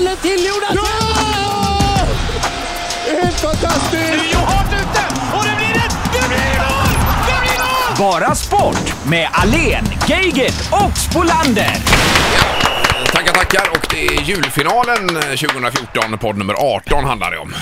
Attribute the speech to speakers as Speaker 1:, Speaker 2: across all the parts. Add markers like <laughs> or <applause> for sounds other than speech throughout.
Speaker 1: Jonas!
Speaker 2: Ja! Det är Helt fantastiskt!
Speaker 3: Rio hårt ute och det blir ett... Det blir mål! Det blir mål!
Speaker 4: Bara sport med Alen, Geigert och Spolander.
Speaker 5: Tackar, tackar. Och det är julfinalen 2014, podd nummer 18 handlar det om.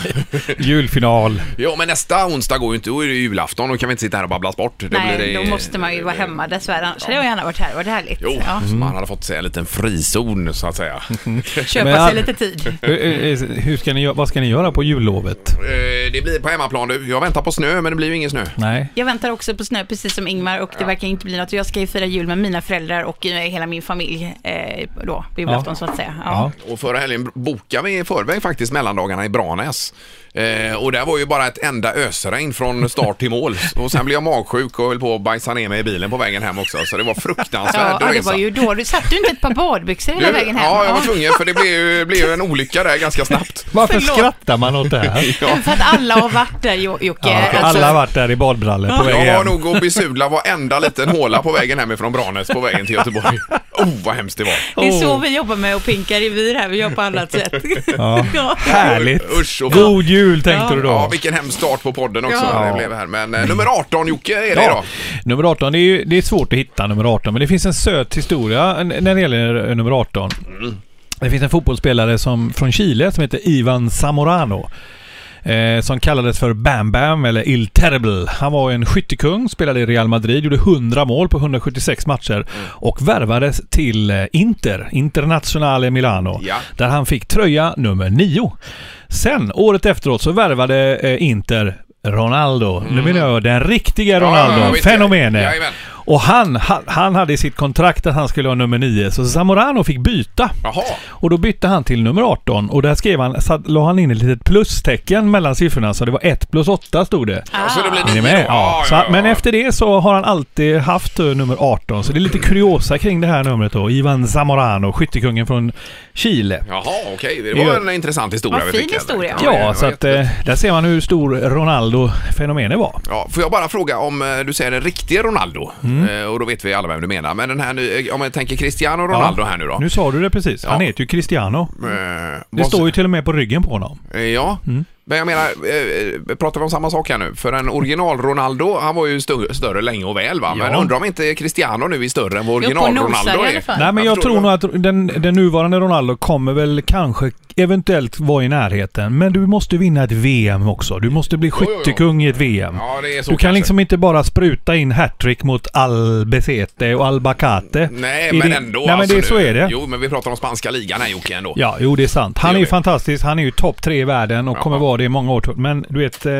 Speaker 6: Julfinal.
Speaker 5: ja, men nästa onsdag går ju inte, då är det julafton. Då kan vi inte sitta här och babbla sport. Det
Speaker 1: Nej,
Speaker 5: blir
Speaker 1: då
Speaker 5: det-
Speaker 1: måste man ju vara hemma dessvärre. Annars hade jag gärna varit här. Var det härligt?
Speaker 5: Jo,
Speaker 1: Ja.
Speaker 5: <laughs> så man hade fått sig en liten frizon så att säga.
Speaker 1: Köpa
Speaker 6: Men
Speaker 1: sig
Speaker 6: jag-
Speaker 1: lite tid.
Speaker 6: Hur- hur- Hur ska ni, gö- vad ska ni göra på jullovet?
Speaker 5: Eh, det blir på hemmaplan nu. Jag väntar på snö, men det blir ju ingen snö.
Speaker 6: Nej.
Speaker 1: Jag väntar också på snö, precis som Ingmar, och det verkar inte bli något. Jag ska ju fira jul med mina föräldrar och eh, hela min familj eh, då, på julafton
Speaker 6: Ja.
Speaker 1: så att säga. Ja.
Speaker 6: Ja.
Speaker 5: Och förra helgen bokade vi i förväg faktiskt mellandagarna i Branäs. Eh, och där var ju bara ett enda ösregn från start till mål. Och sen blev jag magsjuk och höll på att bajsa ner mig i bilen på vägen hem också. Så det var fruktansvärt
Speaker 1: Ja, det var ju då. Du satt du inte ett par badbyxor hela vägen hem?
Speaker 5: Ja, jag var tvungen för det blev ju, blev ju en olycka där ganska
Speaker 6: <laughs>
Speaker 5: snabbt.
Speaker 6: Varför
Speaker 1: Förlåt.
Speaker 6: skrattar man åt det här?
Speaker 1: Ja, För att alla har varit där Jo- Jocke.
Speaker 6: Ja,
Speaker 1: Alltså,
Speaker 6: alla har varit där i badbrallor på väg
Speaker 5: Jag var
Speaker 6: hem.
Speaker 5: nog och besudla varenda liten håla på vägen hemifrån Branäs på vägen till Göteborg. Oh, vad hemskt det var.
Speaker 1: Det är
Speaker 6: Oh.
Speaker 1: så vi jobbar med och pinkar revir här. Vi jobbar på
Speaker 5: <laughs>
Speaker 1: alla sätt.
Speaker 6: Ja.
Speaker 1: Ja.
Speaker 6: Härligt.
Speaker 5: Usch och
Speaker 6: God jul tänkte du
Speaker 5: Ja,
Speaker 6: då.
Speaker 5: vilken hemsk start på podden också.
Speaker 1: Ja.
Speaker 5: Det blev här. Men eh, nummer 18 Jocke är det
Speaker 6: Ja,
Speaker 5: då.
Speaker 6: nummer 18, det är, ju, det är svårt att hitta nummer 18 men det finns en söt historia n- när det gäller eh, nummer 18. Det finns en fotbollsspelare som, från Chile som heter Ivan Zamorano. Eh, som kallades för Bam Bam eller Il Terrible. Han var en skyttekung, spelade i Real Madrid, gjorde 100 mål på 176
Speaker 5: Mm.
Speaker 6: matcher och värvades till eh, Inter, Internazionale Milano.
Speaker 5: Ja.
Speaker 6: Där han fick tröja nummer 9. Sen, året efteråt, så värvade eh, Inter Ronaldo.
Speaker 5: Mm.
Speaker 6: Nu menar jag den riktiga Ronaldo.
Speaker 5: ja, visst.
Speaker 6: fenomenet.
Speaker 5: Jajamän.
Speaker 6: Och han, han, han hade i sitt kontrakt att han skulle ha nummer 9, så Zamorano fick byta.
Speaker 5: Jaha.
Speaker 6: Och då bytte han till nummer 18 och där skrev han, satt, la han in ett litet plustecken mellan siffrorna så det var 1 plus 8 stod det.
Speaker 5: Ja, så det blir
Speaker 6: Är ni
Speaker 5: nio
Speaker 6: med?
Speaker 5: då.
Speaker 6: Ja, så, han- Men efter det så har han alltid haft eh, nummer 18. Så det är lite kuriosa kring det här numret då. Ivan Zamorano, skyttekungen från Chile.
Speaker 5: Jaha, okej. Det var
Speaker 6: Ja.
Speaker 5: en intressant historia
Speaker 1: Vad
Speaker 5: vi
Speaker 1: fin
Speaker 5: fick. här.
Speaker 1: historia.
Speaker 5: det
Speaker 6: Ja,
Speaker 5: var
Speaker 6: så att
Speaker 5: jätte-
Speaker 6: eh, där ser man hur stor Ronaldo-fenomenet var.
Speaker 5: Ja, får jag bara fråga om eh, du säger den riktiga Ronaldo
Speaker 6: Mm.
Speaker 5: Eh, och då vet vi alla vem du menar. Men den här nu, eh, om jag tänker Cristiano Ronaldo
Speaker 6: Ja.
Speaker 5: här nu då.
Speaker 6: Nu sa du det precis. Han
Speaker 5: Ja.
Speaker 6: heter ju Cristiano.
Speaker 5: Eh,
Speaker 6: Det
Speaker 5: vad-
Speaker 6: står ju till och med på ryggen på honom.
Speaker 5: Eh, Ja,
Speaker 6: Mm.
Speaker 5: men jag menar, eh, pratar vi om samma sak här nu? För en original Ronaldo, han var ju stö- större länge och väl va? Men
Speaker 6: Ja.
Speaker 5: undrar om inte Cristiano nu är större än vad
Speaker 1: Jo, på
Speaker 5: original
Speaker 1: nosar
Speaker 5: Ronaldo
Speaker 1: i
Speaker 5: är?
Speaker 1: alla fall.
Speaker 6: Nej, men jag, tror nog att den, den nuvarande Ronaldo kommer väl kanske eventuellt vara i närheten. Men du måste vinna ett VM också. Du måste bli
Speaker 5: jo, jo.
Speaker 6: skyttekung i ett VM.
Speaker 5: Ja, det är så
Speaker 6: Du kan
Speaker 5: kanske.
Speaker 6: liksom inte bara spruta in hattrick mot Albacete och Albacate.
Speaker 5: Nej,
Speaker 6: I
Speaker 5: men
Speaker 6: det-
Speaker 5: ändå.
Speaker 6: Nej, men
Speaker 5: alltså,
Speaker 6: det, så
Speaker 5: nu-
Speaker 6: är det.
Speaker 5: Jo, men vi pratar om spanska ligan här Jocke ändå.
Speaker 6: Ja, jo det är sant.
Speaker 5: Det
Speaker 6: Han
Speaker 5: gör
Speaker 6: är ju
Speaker 5: vi.
Speaker 6: fantastisk. Han är ju topp tre i världen och kommer vara det i många år. till. Men du vet, eh,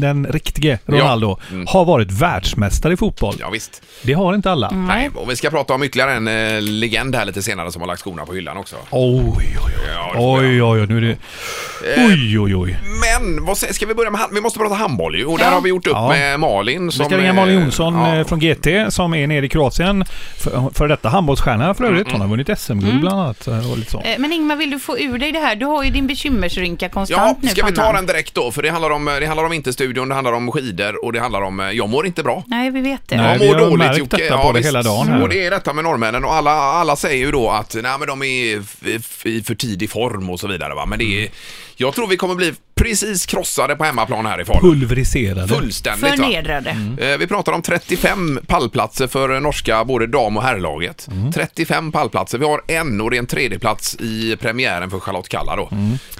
Speaker 6: den riktige Ronaldo har varit världsmästare i fotboll.
Speaker 5: Mm. Ja, visst.
Speaker 6: Det har inte alla.
Speaker 5: Nej. Och vi ska prata om ytterligare en eh, legend här lite senare som har lagt skorna på hyllan också.
Speaker 6: Oj, oj, oj.
Speaker 5: Ja, det får vi
Speaker 6: Oj,
Speaker 5: göra.
Speaker 6: oj, oj. Nu är det...
Speaker 5: Eh,
Speaker 6: Oj, oj, oj.
Speaker 5: Men vad säger, ska vi börja med hand- Vi måste prata handboll ju. Och där har vi gjort upp
Speaker 6: Ja.
Speaker 5: med Malin. Som,
Speaker 6: Vi ska ringa
Speaker 5: eh,
Speaker 6: Malin Jonsson
Speaker 5: ja.
Speaker 6: eh, från GT som är nere i Kroatien. För, för detta handbollsstjärna för
Speaker 5: Mm,
Speaker 6: övrigt. Hon har vunnit SM-guld bland annat. eh, Och lite sånt.
Speaker 1: Eh, Men Ingmar, vill du få ur dig det här? Du har ju din bekymmersrynka
Speaker 5: Ja,
Speaker 1: konstant nu.
Speaker 5: ska vi ta
Speaker 1: pannan.
Speaker 5: den direkt då? För det handlar om, eh, det handlar om inte studion, det handlar om skidor och det handlar om, eh, jag mår inte bra.
Speaker 1: Nej, vi vet det.
Speaker 6: Nej.
Speaker 5: jag mår
Speaker 6: vi har
Speaker 5: dåligt
Speaker 6: märkt
Speaker 5: Jocke.
Speaker 6: detta på det
Speaker 5: visst.
Speaker 6: hela dagen här.
Speaker 5: Och det är detta med norrmännen och alla, alla säger ju då att nej men de är f- f- i för tidig form och så vidare va. Men det är, jag tror vi kommer bli precis krossade på hemmaplan här i Falun.
Speaker 6: Pulveriserade.
Speaker 5: Fullständigt va?
Speaker 1: Förnedrade.
Speaker 6: Mm.
Speaker 5: Eh, Vi pratar om 35 pallplatser för norska både dam och herrlaget.
Speaker 6: Mm.
Speaker 5: 35 pallplatser. Vi har en och det är en tredjeplats i premiären för Charlotte Kalla då.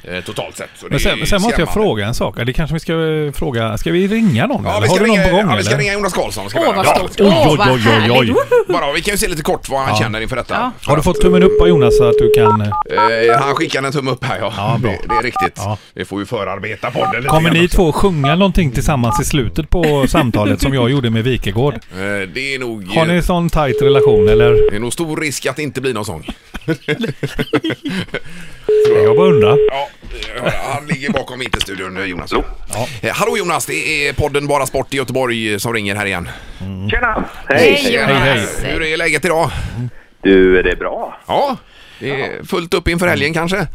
Speaker 5: Eh, Totalt sett. Så det
Speaker 6: Mm. Men
Speaker 5: är
Speaker 6: sen, sen måste jag
Speaker 5: skrämmande.
Speaker 6: fråga en sak. Det kanske vi ska eh, fråga. Ska vi ringa någon?
Speaker 5: Ja,
Speaker 6: eller?
Speaker 5: vi ska,
Speaker 6: har du någon
Speaker 5: ringa,
Speaker 6: på gång
Speaker 5: ja, vi ska
Speaker 6: eller?
Speaker 5: ringa Jonas Karlsson. Ska vi
Speaker 1: Åh,
Speaker 5: göra.
Speaker 1: vad
Speaker 5: Ja.
Speaker 1: stort.
Speaker 6: Oj,
Speaker 1: Åh,
Speaker 6: oj,
Speaker 1: vad
Speaker 6: oj, oj,
Speaker 1: härligt.
Speaker 6: oj.
Speaker 5: <laughs>
Speaker 1: Woho!
Speaker 5: Bara, vi kan ju se lite kort vad han känner inför detta.
Speaker 6: Har du fått tummen upp av Jonas att du kan... eh,
Speaker 5: Eh, han skickade en tumme upp här ja.
Speaker 6: Ja, bra.
Speaker 5: det, det är riktigt.
Speaker 6: Ja.
Speaker 5: Vi får ju förarbeta podden lite
Speaker 6: Kommer
Speaker 5: grann
Speaker 6: ni
Speaker 5: också.
Speaker 6: två sjunga någonting tillsammans i slutet på samtalet som jag gjorde
Speaker 5: <laughs>
Speaker 6: med Wikegård?
Speaker 5: Eh, det är nog...
Speaker 6: Har ni en sån tajt relation eller?
Speaker 5: Det är nog stor risk att det inte blir någon sång.
Speaker 6: Jag bara undrar.
Speaker 5: Ja, eh, han ligger bakom Vinterstudion, Jonas. Eh, Hallå Jonas, det är podden Bara Sport i Göteborg eh, som ringer här igen.
Speaker 7: Tjena!
Speaker 1: Hej Jonas!
Speaker 6: hej.
Speaker 5: Hur är läget idag?
Speaker 7: Du, är det bra?
Speaker 6: Mm.
Speaker 5: Ja, det är fullt upp inför helgen kanske?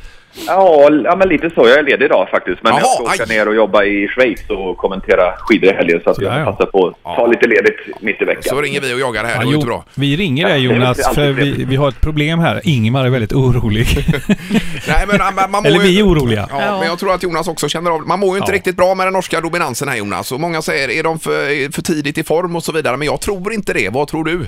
Speaker 2: Ja, l- ja, men lite så. Jag är ledig idag faktiskt. Men jag
Speaker 5: Jaha,
Speaker 2: ska åka
Speaker 5: aj.
Speaker 2: ner och jobba i Schweiz och kommentera skidor i helgen. Så att
Speaker 6: Sådär, ja.
Speaker 2: jag passar på att ta lite ledigt mitt i
Speaker 5: Så
Speaker 2: veckan.
Speaker 5: ringer vi och jagar det här, det går
Speaker 6: jo,
Speaker 5: inte bra.
Speaker 6: Vi ringer dig
Speaker 2: Ja, det är
Speaker 6: Jonas,
Speaker 2: alltid
Speaker 6: för vi,
Speaker 2: trevligt.
Speaker 6: vi har ett problem här. Ingmar är väldigt orolig.
Speaker 5: Nej, men man, man mår
Speaker 6: Eller
Speaker 5: ju-
Speaker 6: vi är oroliga.
Speaker 5: Ja, men jag tror att Jonas också känner av Man mår ju inte
Speaker 6: Ja.
Speaker 5: riktigt bra med den norska dominansen här Jonas. Och många säger, är de för, för tidigt i form och så vidare? Men jag tror inte det. Vad tror du?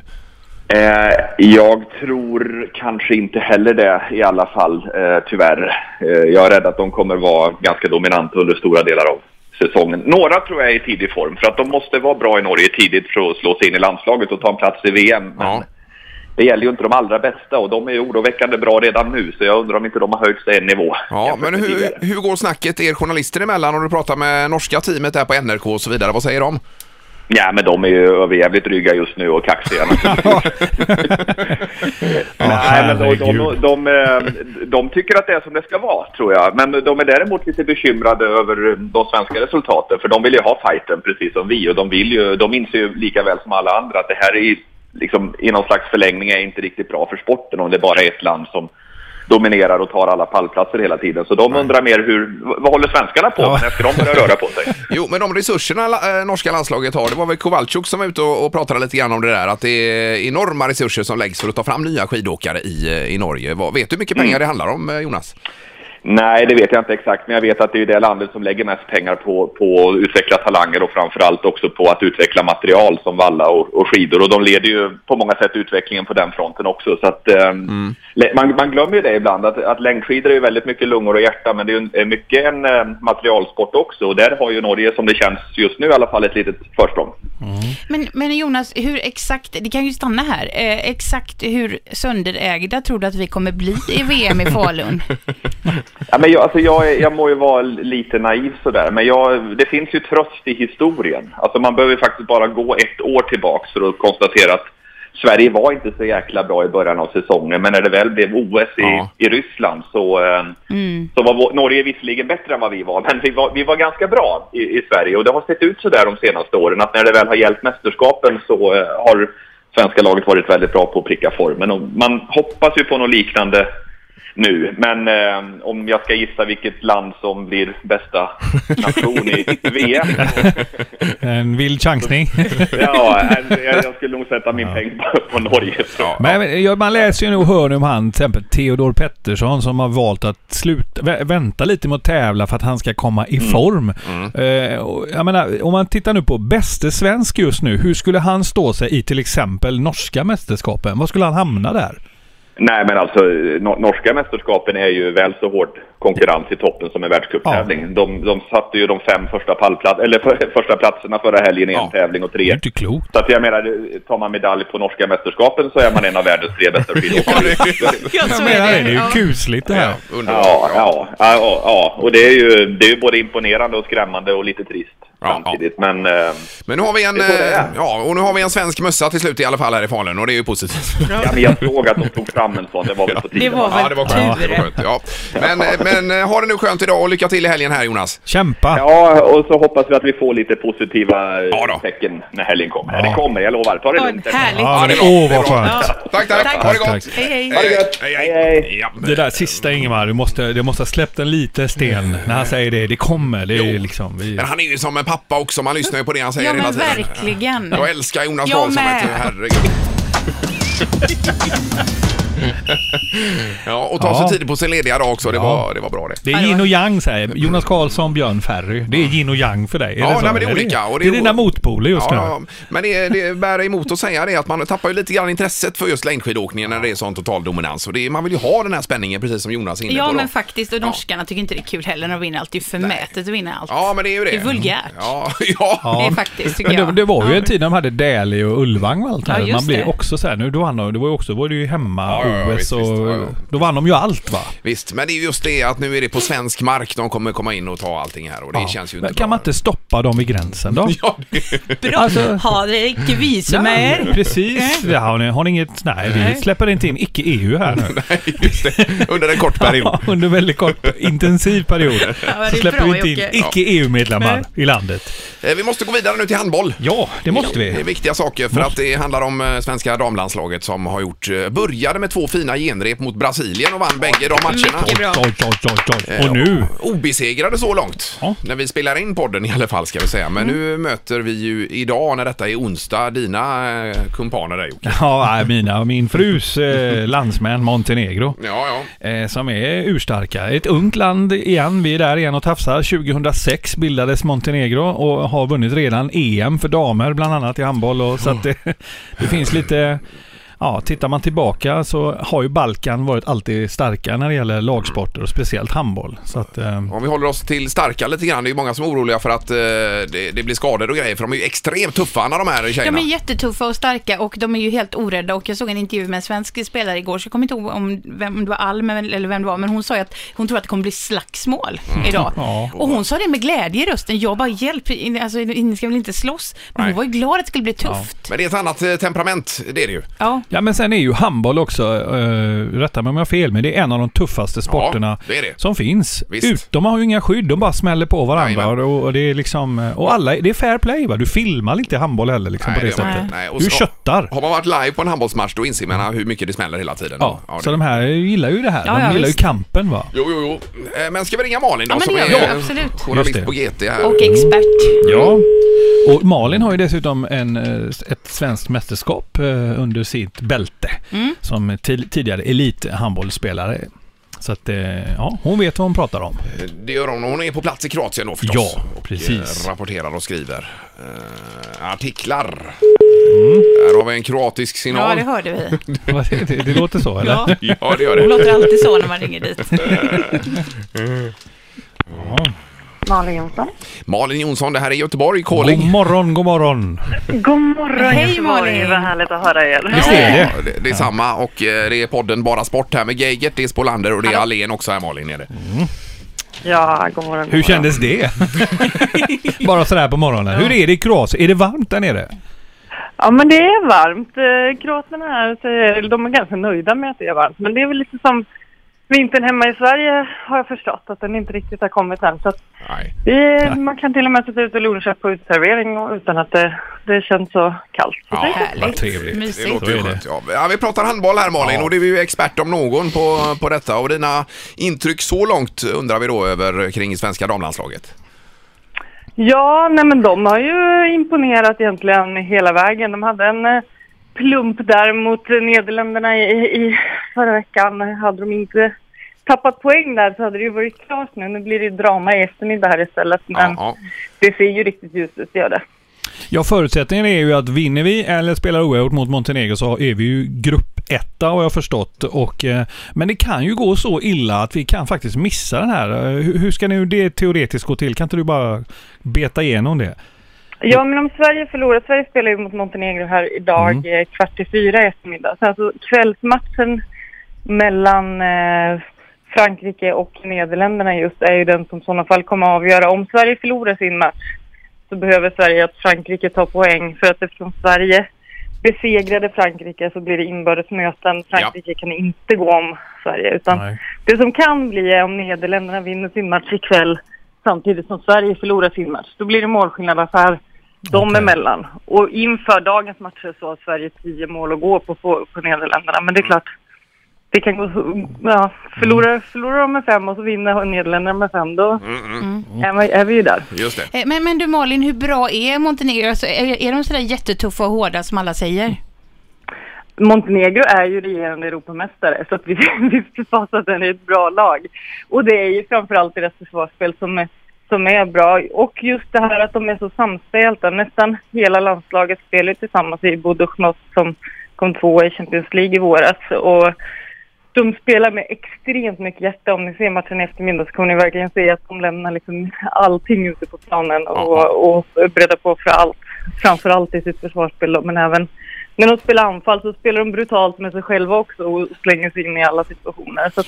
Speaker 2: Eh, jag tror kanske inte heller det i alla fall, eh, tyvärr. Eh, jag är rädd att de kommer vara ganska dominanta under stora delar av säsongen. Några tror jag är i tidig form, för att de måste vara bra i Norge tidigt för att slå sig in i landslaget och ta en plats i VM. Men
Speaker 5: Ja.
Speaker 2: det gäller ju inte de allra bästa och de är ju oroväckande bra redan nu, så jag undrar om inte de har höjt sig en nivå.
Speaker 5: Ja,
Speaker 2: jämfört
Speaker 5: men
Speaker 2: med tidigare.
Speaker 5: hur, hur går snacket er journalister emellan om du pratar med norska teamet där på NRK och så vidare? Vad säger de?
Speaker 2: Ja, men de är ju överjävligt dryga just nu och kaxiga. Nej, men de, de, de, de, eh, de tycker att det är som det ska vara, tror jag. Men de är däremot lite bekymrade över eh, de svenska resultaten, för de vill ju ha fighten precis som vi. Och de, vill ju, de inser ju lika väl som alla andra att det här är ju liksom, i någon slags förlängning är inte riktigt bra för sporten om det bara är ett land som dominerar och tar alla pallplatser hela tiden. Så de undrar mer hur, vad håller svenskarna på med
Speaker 6: Ja.
Speaker 2: när ska de börja röra på sig?
Speaker 5: Jo, men de resurserna la- eh, norska landslaget har, det var väl Kowalczuk som var ute och, och pratade lite grann om det där, att det är enorma resurser som läggs för att ta fram nya skidåkare i, eh, i Norge. Vad, vet du hur mycket pengar
Speaker 2: Mm.
Speaker 5: det handlar om, eh,
Speaker 2: <laughs>
Speaker 5: Jonas?
Speaker 2: Nej, det vet jag inte exakt, men jag vet att det är det landet som lägger mest pengar på, på att utveckla talanger och framförallt också på att utveckla material som valla och, och skidor. Och de leder ju på många sätt utvecklingen på den fronten också. Så att, eh, lä- man, man glömmer ju det ibland, att, att längdskidor är ju väldigt mycket lungor och hjärta, men det är ju en- är mycket en eh, materialsport också. Och där har ju Norge, som det känns just nu i alla fall, ett litet försprång.
Speaker 1: Men, men Jonas, hur exakt, det kan ju stanna här, eh, exakt hur sönderägda tror du att vi kommer bli i VM
Speaker 6: <laughs>
Speaker 1: i Falun?
Speaker 2: Ja, men jag, alltså jag, är- jag må ju vara lite naiv sådär, men jag, det finns ju tröst i historien. Alltså man behöver faktiskt bara gå ett år tillbaks för att konstatera att Sverige var inte så jäkla bra i början av säsongen, men när det väl blev OS i,
Speaker 5: Ja.
Speaker 2: i Ryssland så, eh, så var vår, Norge visserligen bättre än vad vi var, men vi var, vi var ganska bra i, i Sverige. Och det har sett ut så där de senaste åren, att när det väl har gällt mästerskapen så eh, har svenska laget varit väldigt bra på att pricka formen. Och man hoppas ju på något liknande nu. Men eh, om jag ska gissa vilket land som blir bästa nation i VM.
Speaker 6: En vild chansning.
Speaker 2: Ja, jag, jag skulle nog sätta min peng på, på Norge. Ja.
Speaker 6: Men, men, ja, man läser ju nu och hör nu om han, till exempel Theodor Pettersson, som har valt att sluta, vä- vänta lite med att tävla för att han ska komma i form. Eh, och, jag menar, om man tittar nu på bäste svensk just nu, hur skulle han stå sig i till exempel norska mästerskapen? Var skulle han hamna där?
Speaker 2: Nej, men alltså no- norska mästerskapen är ju väl så hård konkurrens i toppen som en världscuptävling. De, de satte ju de fem första, pallplat- eller för, första platserna förra helgen i en
Speaker 5: Ja.
Speaker 2: tävling och
Speaker 6: Det är
Speaker 2: tre.
Speaker 6: inte klokt.
Speaker 2: Så att jag menar, tar man medalj på norska mästerskapen så är man en av världens tre bästa skidåkare.
Speaker 1: Jag
Speaker 6: Jag menar det, det är ju
Speaker 1: Ja.
Speaker 6: kusligt det här.
Speaker 5: underbart.
Speaker 2: Ja, ja, ja, ja, ja. och det är ju det är ju både imponerande och skrämmande och lite trist
Speaker 5: Ja,
Speaker 2: samtidigt. Men eh,
Speaker 5: Men nu har vi en,
Speaker 2: Det är så det är.
Speaker 5: eh, ja, och nu har vi en svensk mössa till slut i alla fall här i Falun och det är ju positivt.
Speaker 2: ja, men jag såg att de tog fram en sån, det var väl på
Speaker 1: Det
Speaker 2: tiden.
Speaker 1: var väl
Speaker 5: <laughs> Ja, det var skönt. Det var skönt ja. Men, eh, men eh, ha det nu skönt idag och lycka till i helgen här Jonas.
Speaker 6: Kämpa!
Speaker 2: Ja, och så hoppas vi att vi får lite positiva eh,
Speaker 5: Ja då.
Speaker 2: tecken när helgen kommer. Det kommer, jag lovar. Ta det
Speaker 1: Åh,
Speaker 2: lugnt.
Speaker 1: härligt.
Speaker 6: Ja,
Speaker 5: det är
Speaker 6: det,
Speaker 5: bra,
Speaker 6: åh,
Speaker 5: det är
Speaker 6: vad
Speaker 5: bra.
Speaker 6: skönt.
Speaker 5: Tack, tack.
Speaker 1: Tack.
Speaker 5: Ha det
Speaker 6: Tack,
Speaker 5: gott.
Speaker 6: tack.
Speaker 1: Hej,
Speaker 5: Ha
Speaker 1: hej.
Speaker 5: det gött. Hej, hej.
Speaker 2: Hej, hej.
Speaker 5: Ja.
Speaker 6: Det där sista Ingemar, du måste, du måste ha släppt en liten sten när han säger det. Det kommer. Det är
Speaker 5: Jo.
Speaker 6: liksom... Vi,
Speaker 5: Men han är ju som en pappa också, man lyssnar ju på det han säger
Speaker 1: Ja,
Speaker 5: hela
Speaker 1: men
Speaker 5: tiden.
Speaker 1: verkligen.
Speaker 5: Jag älskar Jonas
Speaker 1: Jag
Speaker 5: Karlsson,
Speaker 1: med.
Speaker 5: vet du. eh,
Speaker 1: <laughs>
Speaker 5: herregud. Ja, och ta
Speaker 6: Ja.
Speaker 5: sig tid på sin lediga dag också, det, var, det var bra det.
Speaker 6: Det är yin och yang säger Jonas Karlsson, Björn Ferry. Det är yin och yang för dig. Är
Speaker 5: Ja,
Speaker 6: så,
Speaker 5: nej, men det är
Speaker 6: eller?
Speaker 5: olika, och det
Speaker 6: det är
Speaker 5: är o-
Speaker 6: dina motpoler just
Speaker 5: Ja,
Speaker 6: nu.
Speaker 5: ja, men det, det bär emot att säga det att man tappar ju lite grann intresset för just längdskidåkningen när det är sån total dominans. Och det, är- man vill ju ha den här spänningen precis som Jonas är inne på.
Speaker 1: Ja,
Speaker 5: då.
Speaker 1: men faktiskt. Och norskarna tycker inte det är kul heller. De vinner alltid förmätet att vinna allt.
Speaker 5: Ja, men det är ju det.
Speaker 1: Det är vulgärt.
Speaker 5: Ja, <laughs> ja.
Speaker 1: Det är faktiskt, tycker
Speaker 6: Men
Speaker 1: jag.
Speaker 6: det, det var ju en tid när de hade Däli och Ulvang och allt det
Speaker 1: Ja,
Speaker 6: här.
Speaker 1: just
Speaker 6: Man
Speaker 1: det.
Speaker 6: blev också så här, nu då vann de, det var ju också, var det ju hemma,
Speaker 5: Ja, ja, ja,
Speaker 6: OS
Speaker 5: visst,
Speaker 6: och...
Speaker 5: visst, ja, ja.
Speaker 6: Då vann de ju allt va?
Speaker 5: Visst, men det är ju just det att nu är det på svensk mark de kommer komma in och ta allting här och det känns ju inte
Speaker 6: Men kan
Speaker 5: bra. <laughs>
Speaker 6: man inte stoppa dem vid gränsen då?
Speaker 5: Ja, det-
Speaker 1: Bra.
Speaker 6: Alltså-
Speaker 1: Har det icke visum
Speaker 6: Nej,
Speaker 1: här?
Speaker 6: precis. Ja, har, ni, har ni inget... Nej, vi släpper inte in icke-EU här nu.
Speaker 5: <laughs> Nej, just det. Under en
Speaker 6: <laughs>
Speaker 5: kort
Speaker 6: Ja,
Speaker 5: period.
Speaker 6: under väldigt kort, intensiv period.
Speaker 1: det är
Speaker 6: så släpper
Speaker 1: bra,
Speaker 6: vi inte in
Speaker 1: Jocke.
Speaker 6: icke-EU-medlemmar i landet.
Speaker 5: Eh, Vi måste gå vidare nu till handboll.
Speaker 6: Ja, det måste
Speaker 5: Det är
Speaker 6: vi.
Speaker 5: viktiga saker för att det handlar om eh, svenska damlandslaget som har gjort, eh, började med två fina genrep mot Brasilien och vann bägge de matcherna.
Speaker 1: Mycket bra.
Speaker 6: Oj, oj, oj, oj.
Speaker 5: Eh,
Speaker 6: Och nu?
Speaker 5: Obesegrade så långt.
Speaker 6: Ja. Mm.
Speaker 5: När vi spelar in podden i alla fall ska vi säga. Men nu möter vi ju idag när detta är onsdag dina eh, kumpaner där Jocke.
Speaker 6: Ja, nej, mina, min
Speaker 5: <laughs>
Speaker 6: frus eh, landsmän Montenegro.
Speaker 5: Ja, ja.
Speaker 6: Eh, som är urstarka. Ett ungt land igen. Vi är där igen och tafsar. 2006 bildades Montenegro och har vunnit redan EM för damer bland annat i handboll. Och, så att det, det finns lite... Ja, tittar man tillbaka så har ju Balkan varit alltid starka när det gäller lagsporter och speciellt handboll. Så att, eh,
Speaker 5: Om vi håller oss till starka lite grann. Det är ju många som är oroliga för att eh, det, det blir skador och grejer. För de är ju extremt tuffa när de här
Speaker 1: De
Speaker 5: tjejerna.
Speaker 1: är jättetuffa och starka och de är ju helt orädda och jag såg en intervju med en svensk spelare igår så jag kommer inte ihåg om vem om det var Alm eller vem det var men hon sa ju att hon tror att det kommer bli slagsmål idag.
Speaker 6: Ja.
Speaker 1: Och hon sa det med glädje i rösten. Jag bara hjälp, in- alltså ni ska väl inte slåss? Men
Speaker 5: Nej.
Speaker 1: hon var ju glad att det skulle bli tufft.
Speaker 5: Men det är ett annat eh, temperament, det är det ju.
Speaker 1: Ja.
Speaker 6: Ja men sen är ju handboll också, eh, rätta mig om jag har fel, men det är en av de tuffaste sporterna
Speaker 5: det är det.
Speaker 6: som finns.
Speaker 5: Visst.
Speaker 6: Ut, de har ju inga skydd, de bara smäller på varandra.
Speaker 5: Jajamän.
Speaker 6: Och, och det är liksom, eh, och alla, det är fair play va? Du filmar inte handboll heller liksom på det,
Speaker 5: gör man
Speaker 6: sättet.
Speaker 5: inte. Nej, och
Speaker 6: Du
Speaker 5: så-
Speaker 6: köttar.
Speaker 5: Har man varit live på en handbollsmatch då inser man hur mycket det smäller hela tiden.
Speaker 6: Mm. Ja,
Speaker 5: Ja, det-
Speaker 6: så de här gillar ju det här.
Speaker 1: Ja,
Speaker 6: de
Speaker 1: ja,
Speaker 6: gillar
Speaker 1: visst.
Speaker 6: ju kampen va?
Speaker 5: Jo, jo, jo. Eh, Men ska vi ringa Malin då
Speaker 1: Ja, men
Speaker 5: som
Speaker 1: det
Speaker 5: är
Speaker 1: gör vi.
Speaker 5: eh,
Speaker 1: Absolut.
Speaker 5: journalist
Speaker 6: Just det.
Speaker 5: på GT här.
Speaker 1: Och expert.
Speaker 6: Ja. Och Malin har ju dessutom en, eh, ett svenskt mästerskap eh, under sitt bälte.
Speaker 1: Mm.
Speaker 6: Som ti- tidigare elithandbollsspelare. Så att, eh, ja, hon vet vad hon pratar om.
Speaker 5: Det gör hon. Hon är på plats i Kroatien då förstås.
Speaker 6: Ja,
Speaker 5: och
Speaker 6: precis.
Speaker 5: eh, rapporterar och skriver eh, artiklar.
Speaker 6: Mm.
Speaker 5: Där har vi en kroatisk
Speaker 1: Ja,
Speaker 5: signal.
Speaker 1: det hörde vi.
Speaker 6: <laughs> Vad- det, det låter så eller?
Speaker 1: Ja.
Speaker 5: Ja, det gör
Speaker 1: Hon
Speaker 5: det.
Speaker 1: låter alltid så när man ringer dit.
Speaker 7: Malin Jonsson.
Speaker 5: Malin Jonsson, det här är Göteborg,
Speaker 6: God
Speaker 5: Calling.
Speaker 6: morgon, god morgon.
Speaker 7: God morgon
Speaker 1: Hej,
Speaker 7: Göteborg.
Speaker 1: Malin.
Speaker 7: Vad härligt att höra er.
Speaker 6: Visst är det?
Speaker 5: Ja, det, det är samma och eh, det är podden Bara Sport här med Geigert, det är Spolander och det är Allén också här Malin. Är det.
Speaker 7: Ja, god morgon.
Speaker 6: Hur kändes <laughs> det? Bara sådär på morgonen. Hur är det i Kroatien? Är det varmt där nere?
Speaker 7: Ja, men det är varmt. Eh, Kroaterna här, säger- de är ganska nöjda med att det är varmt. Men det är väl lite som vintern hemma i Sverige har jag förstått att den inte riktigt har kommit än. Så att
Speaker 5: Nej.
Speaker 7: det är, man kan till och med sitta ute och luncha på uteservering och- utan att det, det känns så kallt. Så det-
Speaker 5: Ja,
Speaker 1: Härligt.
Speaker 6: trevligt.
Speaker 5: det
Speaker 1: Mysigt.
Speaker 5: låter ju
Speaker 6: Så är det.
Speaker 5: skönt. Ja. Ja, vi pratar handboll här Malin
Speaker 6: Ja.
Speaker 5: och du är ju expert om någon på, på detta och dina intryck så långt undrar vi då över kring svenska damlandslaget.
Speaker 7: Ja, nej men de har ju imponerat egentligen hela vägen. De hade en eh, plump där mot eh, Nederländerna i, i förra veckan. Hade de inte tappat poäng där så hade det ju varit klart nu. Nu blir det ju drama i eftermiddag här istället. Men
Speaker 5: Ja, ja.
Speaker 7: det ser ju riktigt ljust ut, det gör det.
Speaker 6: Ja, förutsättningen är ju att vinner vi eller spelar oavgjort mot Montenegro så är vi ju gruppetta har jag förstått. Och, eh, men det kan ju gå så illa att vi kan faktiskt missa den här. Eh, Hur, hur ska nu det teoretiskt gå till? Kan inte du bara beta igenom det?
Speaker 7: Ja, men om Sverige förlorar. Sverige spelar ju mot Montenegro här idag eh, kvart i fyra i eftermiddag. Så alltså kvällsmatchen mellan eh, Frankrike och Nederländerna just är ju den som i sådana fall kommer att avgöra. Om Sverige förlorar sin match så behöver Sverige att Frankrike tar poäng för att eftersom Sverige besegrade Frankrike så blir det inbördes möten. Frankrike kan inte gå om Sverige utan
Speaker 6: Nej.
Speaker 7: det som kan bli är om Nederländerna vinner sin match ikväll samtidigt som Sverige förlorar sin match. Då blir det målskillnadsaffär dem
Speaker 6: Okej.
Speaker 7: emellan. Och inför dagens matcher så har Sverige tio mål att gå på, på, på Nederländerna. Men det är klart, det kan gå... Ja,
Speaker 6: Mm.
Speaker 7: förlorar, förlorar de med fem och så vinner Nederländerna med fem, då är, man, är vi ju där.
Speaker 5: Just det.
Speaker 1: Eh, Men, men du Malin, hur bra är Montenegro? Alltså, är, är de sådär jättetuffa och hårda som alla säger?
Speaker 7: Montenegro är ju regerande Europamästare så att vi <laughs> visst fast att den är ett bra lag. Och det är ju framförallt deras försvarsspel som är, som är bra. Och just det här att de är så samspelta. Nästan hela landslaget spelar ju tillsammans i Buduchnot som kom tvåa i Champions League i våras. Och de spelar med extremt mycket hjärta. Om ni ser matchen i eftermiddag så kommer ni verkligen se att de lämnar liksom <laughs> allting ute på planen och, och är beredda på för allt. Framförallt i sitt försvarsspel då, men även när de spelar anfall så spelar de brutalt med sig själva också och slänger sig in i alla situationer. Så att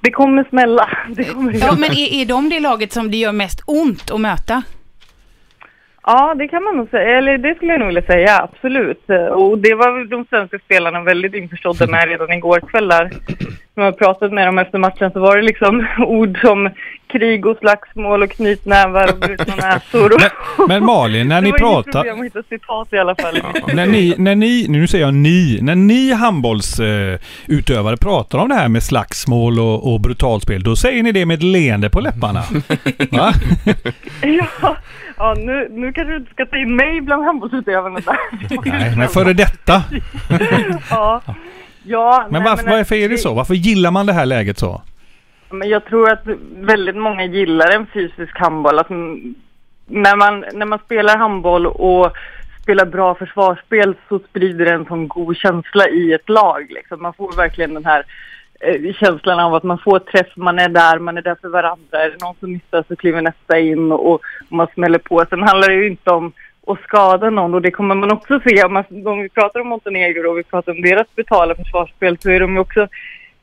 Speaker 7: det kommer smälla. <laughs> Det kommer
Speaker 1: Ja,
Speaker 7: göra.
Speaker 1: men är, är de det laget som det gör mest ont att möta?
Speaker 7: Ja, det kan man nog säga. Eller det skulle jag nog vilja säga, absolut. Och det var väl de svenska spelarna väldigt införstådda med redan igår kväll där. När man pratade med dem efter matchen så var det liksom <laughs> ord som krig och slagsmål och knytnävar och brutna näsor. Och...
Speaker 6: Men- men Malin, när ni
Speaker 7: Det var inget
Speaker 6: pratar-
Speaker 7: problem att hitta citat i alla fall.
Speaker 6: När ni, när ni, nu säger jag ni, när ni handbollsutövare eh, utövare pratar om det här med slagsmål och, och brutalspel, då säger ni det med ett leende på <laughs> läpparna. Va?
Speaker 7: <laughs> Ja, ja nu, nu kanske du inte ska ta in mig bland handbollsutövarna där.
Speaker 6: <laughs> Nej, men före detta.
Speaker 7: <laughs> Ja. Ja,
Speaker 6: Men
Speaker 7: nej,
Speaker 6: varför, varför är det så? Varför gillar man det här läget så?
Speaker 7: Men jag tror att väldigt många gillar en fysisk handboll. Att mm, när, man, när man spelar handboll och spelar bra försvarsspel så sprider det en sån god känsla i ett lag. Liksom. Man får verkligen den här eh, känslan av att man får träff, man är där, man är där för varandra. Är det någon som missar så kliver nästa in och, och man smäller på. Sen handlar det ju inte om att skada någon och det kommer man också se. Om, man, om vi pratar om Montenegro och vi pratar om deras brutala försvarsspel så är de ju också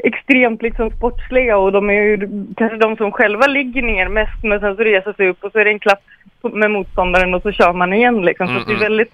Speaker 7: extremt liksom sportsliga och de är ju kanske de som själva ligger ner mest men sen så reser sig upp och så är det en klapp med motståndaren och så kör man igen liksom. Så det är väldigt